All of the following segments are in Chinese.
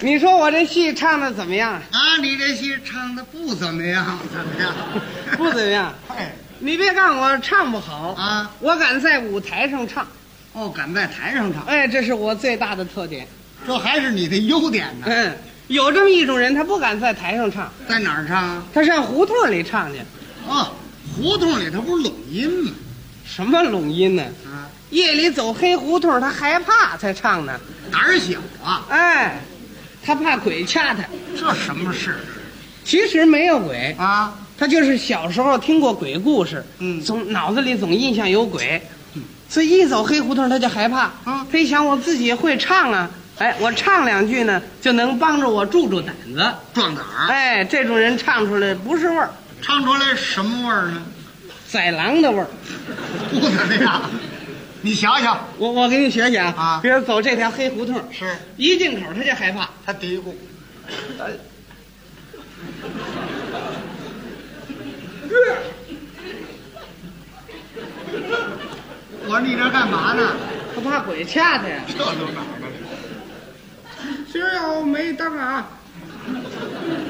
你说我这戏唱的怎么样？啊，你这戏唱的不怎么样，怎么样？ 不怎么样。 哎，你别看我唱不好啊，我敢在舞台上唱，哦，敢在台上唱，哎，这是我最大的特点。这还是你的优点呢。嗯，有这么一种人，他不敢在台上唱，在哪儿唱啊？他上胡同里唱去。哦，胡同里头不是拢音吗？什么拢音呢？啊，夜里走黑胡同，他害怕才唱呢。胆儿小啊，哎，他怕鬼掐他。这什么事其实没有鬼，啊？他就是小时候听过鬼故事，嗯总脑子里总印象有鬼，所以一走黑胡同他就害怕。啊他一想我自己会唱啊，哎，我唱两句呢，就能帮着我壮壮胆子。壮胆儿，哎，这种人唱出来不是味儿，唱出来什么味儿呢？宰狼的味儿。不怎么样。你想想，我我给你学学啊，啊比如走这条黑胡同，是一进口他就害怕，他嘀咕， 我说你这干嘛呢？他怕鬼掐他呀。这都哪儿了？只有没灯啊，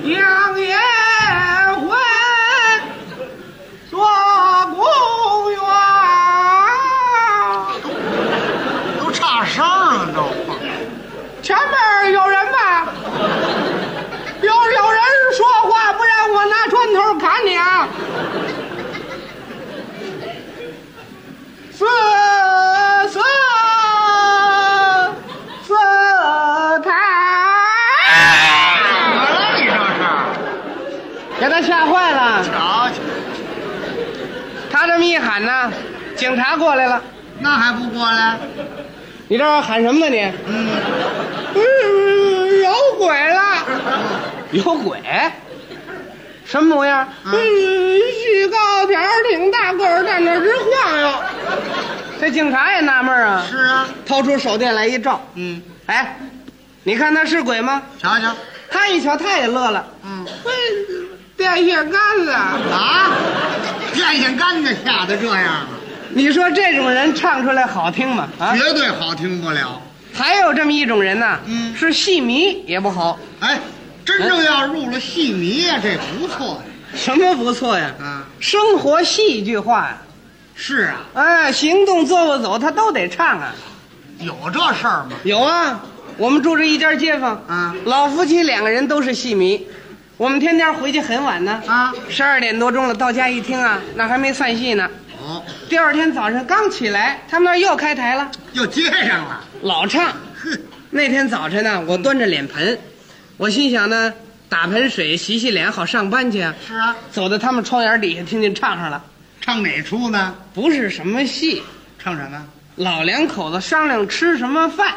杨延辉说公园都差声儿了都。前面有人吧？有有人说话，不然我拿砖头砍你啊！四四四怎台，么了你这给他吓坏是？了。瞧瞧，他这么一喊呢，警察过来了。那还不过来？你这儿喊什么呢你？嗯，嗯，有鬼了！有鬼？什么模样？嗯嗯，细高条儿，挺大个儿，在那儿直晃悠。这警察也纳闷儿啊，是啊，掏出手电来一照，嗯，哎，你看他是鬼吗？瞧瞧，他一瞧，他也乐了。嗯嘿，哎电线杆子，啊，电线杆子吓得这样啊了，你说这种人唱出来好听吗？啊，绝对好听不了。还有这么一种人呐，嗯是戏迷也不好。哎，真正要入了戏迷呀，这不错什么不错呀呀。？啊，生活戏剧化呀、是啊，哎，行动、坐卧、走，他都得唱啊。有这事儿吗？有啊，我们住着一家街坊啊老夫妻两个人都是戏迷，我们天天回去很晚呢啊十二点多钟了，到家一听啊，那还没散戏呢。哦，第二天早上刚起来，他们那儿又开台了，又接上了。老唱。哼，那天早晨呢，我端着脸盆，我心想呢，打盆水洗洗脸，好上班去啊。 是啊，走到他们窗眼底下，听见唱上了，唱哪出呢？不是什么戏，唱什么？老两口子商量吃什么饭。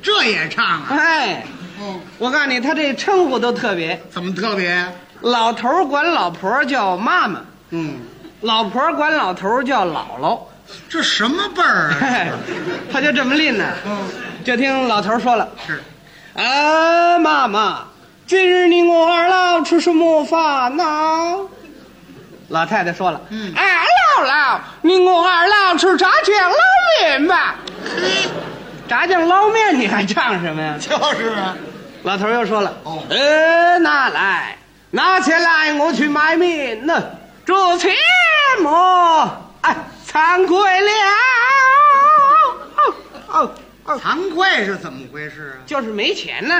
这也唱啊？哎，哦，我告诉你，他这称呼都特别，怎么特别？啊老头儿管老婆儿叫妈妈，嗯，老婆儿管老头儿叫姥姥，这什么辈儿 啊？嘿他就这么拎呢。嗯，就听老头儿说了是。：“啊，妈妈，今日你我二老吃什么饭呢？”老太太说了：“嗯哎，姥姥，你我二老吃炸酱捞面吧。嘿，炸酱捞面你还唱什么呀？ 就是啊。老头儿又说了：“哦呃，拿来，拿钱来，我去买面呢。这钱我哎，惭愧了。哦哦哦，惭愧是怎么回事啊？就是没钱呢。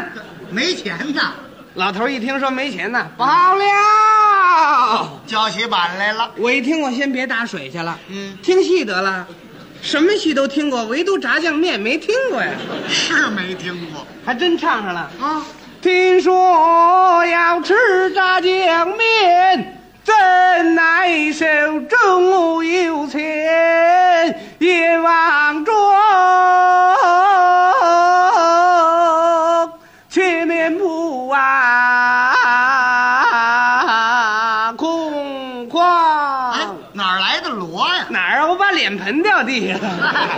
没钱呐，老头儿一听说没钱呢，不好了。叫起板来了。我一听，我先别打水去了，嗯，听戏得了。什么戏都听过，唯独炸酱面没听过呀，是没听过还真唱上了。啊。听说要吃炸酱面，怎奈手中无有钱，也望中却面不啊空旷。啊哎，哪儿来的锣呀？哪儿啊？我把脸盆掉地下了。哎